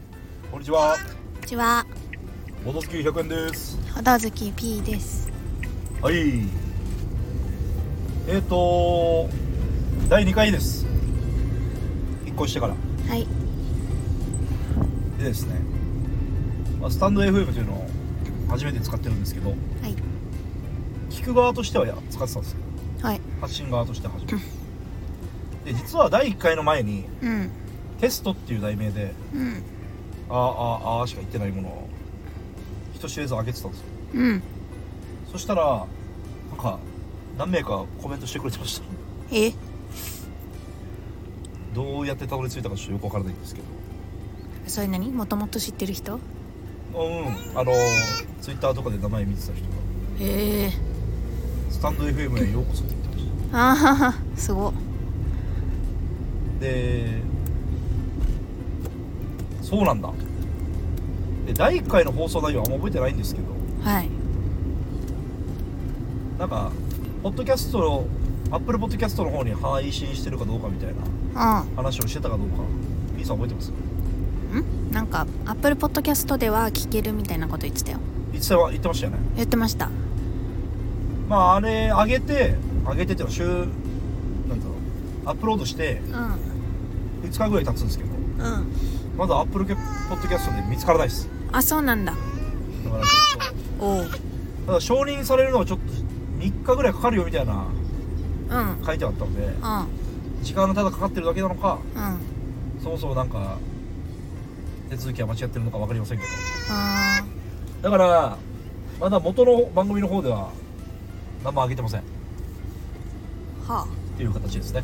ちは。こんにちは、ものつき100円です。ほどずき P です。はい。えっ、ー、と、第2回です。引っ越してから。はい、でですね、まあ、スタンド FM というのを初めて使ってるんですけど、はい、聞く側としてはや使ってたんですけど、はい、発信側としては初めて。で、実は第1回の前に、うん、テストっていう題名で、うん、あーあーあーしか言ってないものを、人知れず上げてたんですよ。うん、そしたら、なんか、何名かコメントしてくれてました。え、どうやってたどり着いたかちょっとよくわからないんですけそれ何？もともと知ってる人？どうんあのツイッターとかで名前見てた人がええ「スタンド FM へようこそ」って言ってましあはは、すご。たでそうなんだで第1回の放送内容はあんま覚えてないんですけどはい、なんかポッドキャストのアップルポッドキャストの方に配信してるかどうかみたいなう話をしてたかどうか B さん覚えてますん、ん？なんかアップルポッドキャストでは聞けるみたいなこと言ってたよ。言ってた言ってましたよね言ってました。まああれ上げて上げてっていうのは週なんだろうアップロードしてうん、 2日ぐらい経つんですけどうん。まだアップルポッドキャストで見つからないですあ、そうなんだ。だからちょっとおう、うん、ただ承認されるのはちょっと3日ぐらいかかるよみたいなうん、書いてあったのでう時間がただかかってるだけなのかん、うん。そもそもなんか手続きは間違ってるのか分かりませんけどだからまだ元の番組の方では何も上げてませんっはあ、ていう形ですね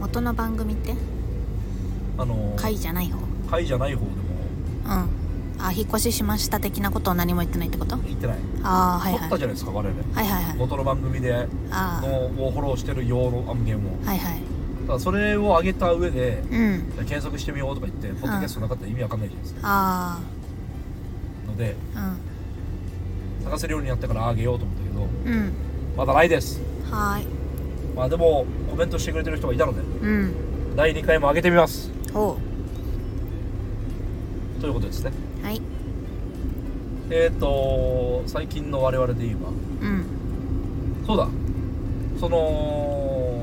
元の番組ってあの会じゃない方？うん。会じゃない方でもあ、引っ越ししました的なことを何も言ってないってこと？言ってないああ、はい撮っはたい。じゃないですか我々はいはいはい。元の番組でああ。のをフォローしてる用の案件をはいはいただそれを上げた上でうん検索してみようとか言ってポッドキャストなかったら意味わかんないじゃないですかあのであ探せるようになってからあげようと思ったけどうんうんまだないですはーいまあでもコメントしてくれてる人がいたのでうん第2回も上げてみますおうということですねはいえっ、ー、と最近の我々で言えばうんそうだその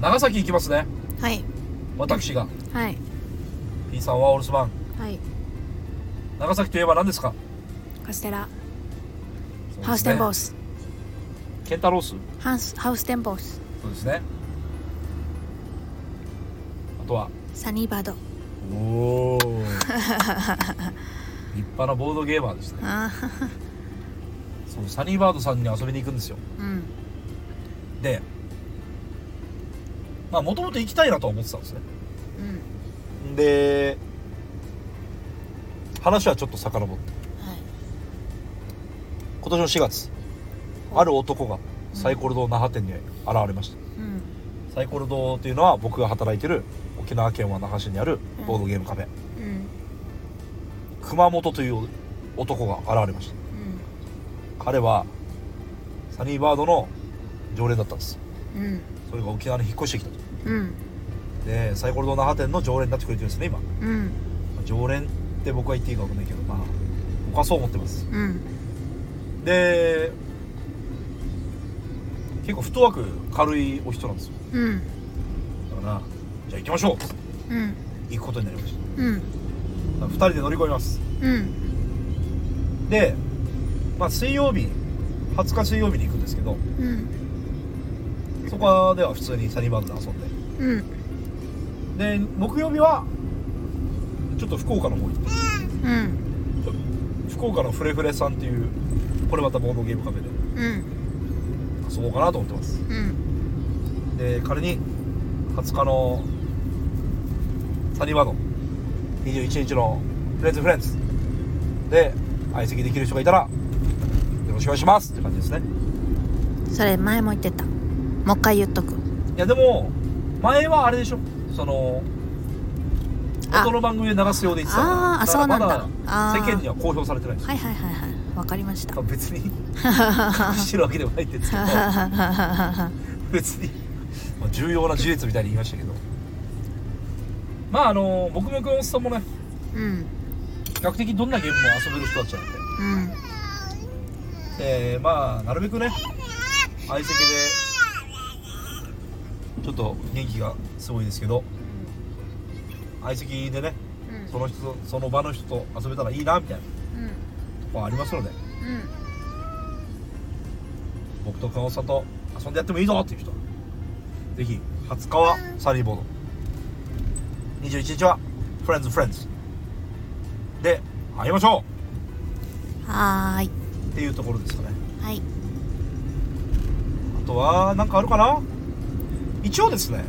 長崎行きますねはい私がはい P さんはオールスマンはい長崎といえば何ですかカステラ、ハウステンボスケンタロースハウスハウステンボスそうですねあとはサニーバードおお立派なボードゲーマーですねあそうサニーバードさんに遊びに行くんですよーうんでまあもともと行きたいなとは思ってたんですねうんで話はちょっと遡ってはい今年の4月ある男がサイコロ堂那覇店に現れました、うんサイコロ堂というのは僕が働いてる沖縄県は那覇市にあるボードゲームカフェ、うん熊本という男が現れました彼はサニーバードの常連だったんですうんそれが沖縄に引っ越してきたとうんでサイコロ堂那覇店の常連になってくれてるんですね今うん常連って僕は言っていいか分かんないけどまあ僕はそう思ってますうんで結構フットワーク軽いお人なんですようんだからじゃあ行きましょううん行くことになりましたうん2人で乗り込みますうんで、まあ、水曜日20日水曜日に行くんですけどうんそこでは普通にサニーバードで遊んでうでん木曜日はちょっと福岡の方行ってうん福岡のフレフレさんっていうこれまたボードゲームカフェでうん遊ぼうかなと思ってますうんで仮に20日のサニバの21日のフレンズフレンズで相席できる人がいたらよろしくお願いしますって感じですねそれ前も言ってたもう一回言っとくいやでも前はあれでしょそのあ元の番組で流すようで言ってたからあーあそうなんだだからまあだー世間には公表されてないですはいはいはいはいわかりましたまあ別に隠してるわけではないんですけど別にまあ重要な事実みたいに言いましたけどまああの僕も山本さんもねうん比較的どんなゲームも遊べる人たちなんで、うんえー、まあなるべくね相席でちょっと元気がすごいですけど相席でねうんその人とその場の人と遊べたらいいなみたいなうんとこありますので僕と熊本さんと遊んでやってもいいぞっていう人はぜひ20日はサリーボード21日はフレンズフレンズで会いましょうんはーいうっていうところですかねはいあとは何かあるかな一応ですね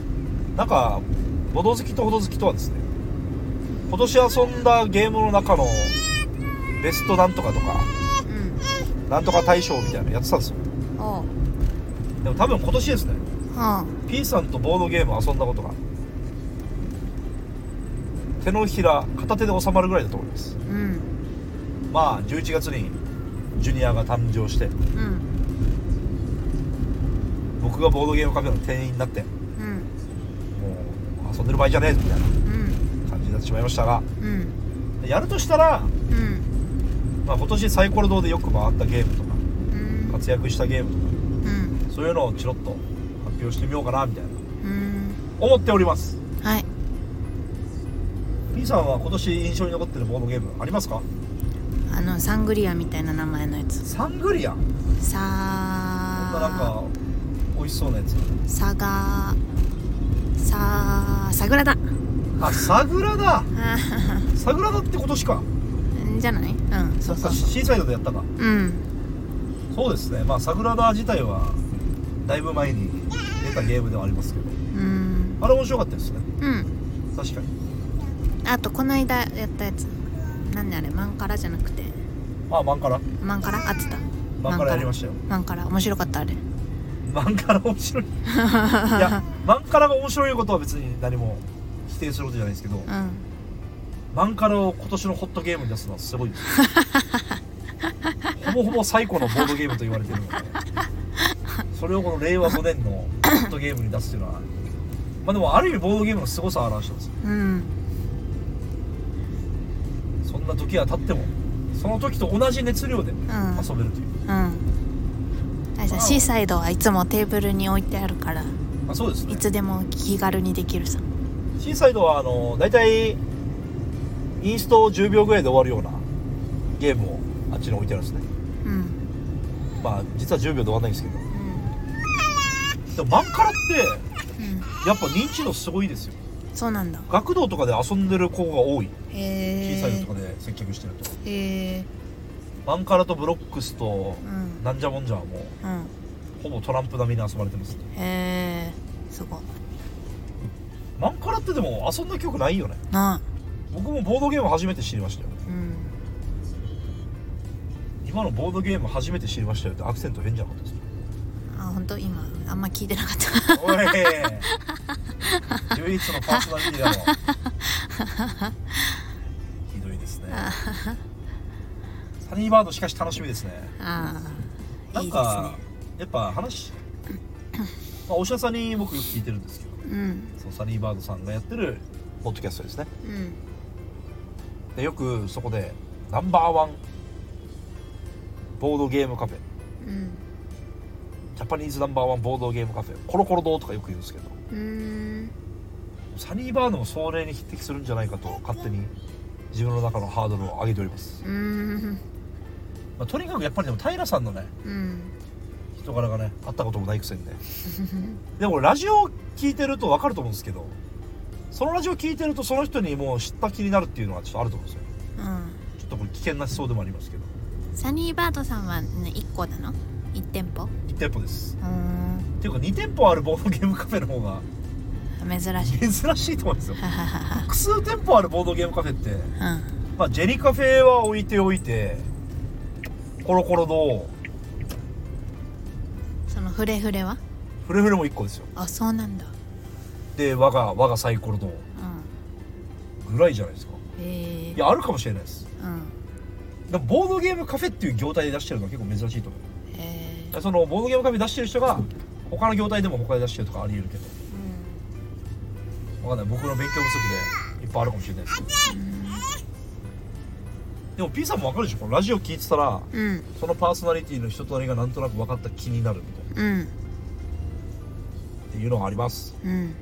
なんかボド好きとほど好きとはですね今年遊んだゲームの中のベストなんとかとかうなんとか大賞みたいなのやってたんですよんおうでも多分今年ですねは P さんとボードゲーム遊んだことが手のひら片手で収まるぐらいだと思いますあうんまあ11月にジュニアが誕生してうん僕がボードゲームカフェの店員になってもうんう遊んでる場合じゃねえみたいなうん感じになってしまいましたがうんやるとしたら、うんまあ、今年サイコロ堂でよく回ったゲームとかうん活躍したゲームとうんかそういうのをチロッと発表してみようかなみたいなうん思っておりますはい P さんは今年印象に残ってるボードゲームありますかあのサングリアみたいな名前のやつサングリアさまあなんか美味しそうなやつサガササグラダあサグラダあーサグラダって今年かじゃないうんそうそうシーサイドでやったかうんそうですねまあサグラダ自体はだいぶ前に出たゲームではありますけどうんあれ面白かったですねうん確かにあとこの間やったやつなんであれマンカラじゃなくてあマンカラマンカラ合ってたマンカラやりましたよマンカラ面白かったあれマンカラ面白いい やマンカラが面白いことは別に何も否定することじゃないですけどうんマンカラを今年のホットゲームに出すのはすごいですほぼほぼ最古のボードゲームと言われてるのでそれをこの令和5年のホットゲームに出すっていうのはまあでもある意味ボードゲームの凄さを表してますようんそんな時は経ってもその時と同じ熱量でうん遊べるという、うんあれさシーサイドはいつもテーブルに置いてあるからまあ、そうですねいつでも気軽にできるさシーサイドはあの大体インストを10秒ぐらいで終わるようなゲームをあっちに置いてあるんですねうんまあ実は10秒で終わんないんですけどうんでもマンカラってうんやっぱ認知度すごいですよそうなんだ学童とかで遊んでる子が多い小へえさいのとかで接客してるとへえマンカラとブロックスとうんなんじゃもんじゃはもううんほぼトランプ並みに遊ばれてますへえすごいマンカラってでも遊んだ記憶ないよねな僕もボードゲーム初めて知りましたよあうん今のボードゲーム初めて知りましたよってアクセント変じゃなかったですあ本当今あんま聞いてなかった おい唯一のパーソナリティだろひどいですねサニーバードしかし楽しみですねああないんいですねかやっぱ 話まあお医者さんに僕よく聞いてるんですけどうんそうサニーバードさんがやってるポッドキャストですねうんでよくそこでナンバーワンボードゲームカフェうんジャパニーズナンバーワンボードゲームカフェコロコロ堂とかよく言うんですけどうーんサニーバードもそれに匹敵するんじゃないかと勝手に自分の中のハードルを上げております、うーんまあ、とにかくやっぱりでも平さんのねうん人柄がね会ったこともないくせにね でもラジオ聞いてると分かると思うんですけどそのラジオ聞いてるとその人にもう知った気になるっていうのはちょっとあると思うんですようんちょっとこれ危険な思想でもありますけどサニーバードさんは、ね、1個なの1店舗1店舗ですうーっていうか2店舗あるボードゲームカフェの方がん珍しい珍しいと思うんですよはははは複数店舗あるボードゲームカフェって、はまあ、ジェリカフェは置いておいてコロコロ堂うんそのフレフレはフレフレも1個ですよあそうなんだで我が我がサイコロ堂うんぐらいじゃないですかへえいやあるかもしれないですうんでもボードゲームカフェっていう業態で出してるのは結構珍しいと思へえうそのボードゲームカフェ出してる人が他の業態でも他で出してるとかありえるけどうわかんない僕の勉強不足でいっぱいあるかもしれないですでも P さんもわかるでしょこのラジオ聞いてたらうんそのパーソナリティの人となりがなんとなく分かった気になるみたいなうんっていうのがありますうん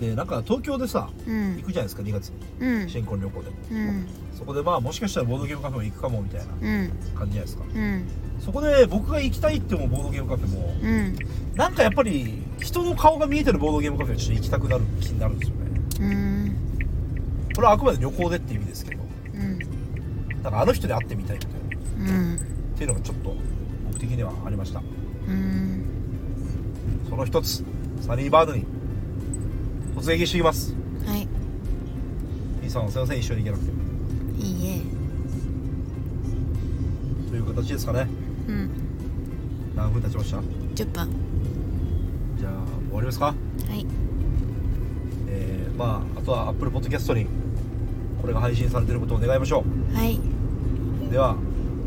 でなんか東京でさう行んくじゃないですか2月にうん新婚旅行でもうんそこでまあもしかしたらボードゲームカフェも行くかもみたいなうん感じじゃないですかうんそこで僕が行きたいって思うボードゲームカフェもうんなんかやっぱり人の顔が見えてるボードゲームカフェはちょっと行きたくなる気になるんですよねうんこれはあくまで旅行でって意味ですけどうんだからあの人に会ってみたいみたいなうんっていうのがちょっと僕的にはありましたうんその一つサニーバードに突撃してきますはい B さんはすいません一緒に行けなくていいえという形ですかねうん何分経ちました10分じゃあ終わりますかはいえー、まああとは Apple Podcast にこれが配信されてることを願いましょはいうでは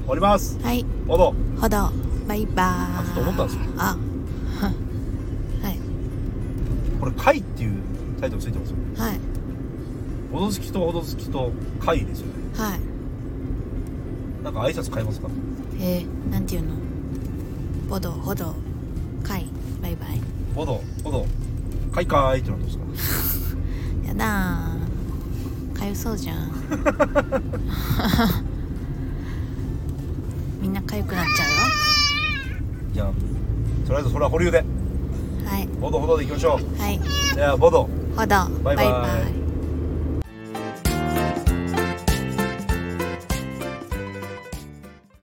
終わりますはいどうぞほどバイバあーイちょっと思ったんですよあははいこれ「会」っていうタイトルついてますよはいほど好きとほど好きと会ですよねはいなんか挨拶変えますかえー、なんていうのボドほどかいバイバイほどほど会かーいってのはどうですかやだーかゆそうじゃん みんなかゆくなっちゃじゃあとりあえずそれは保留でうよはいボドボドでいきましょはいうではボドほどバイバイバイバイ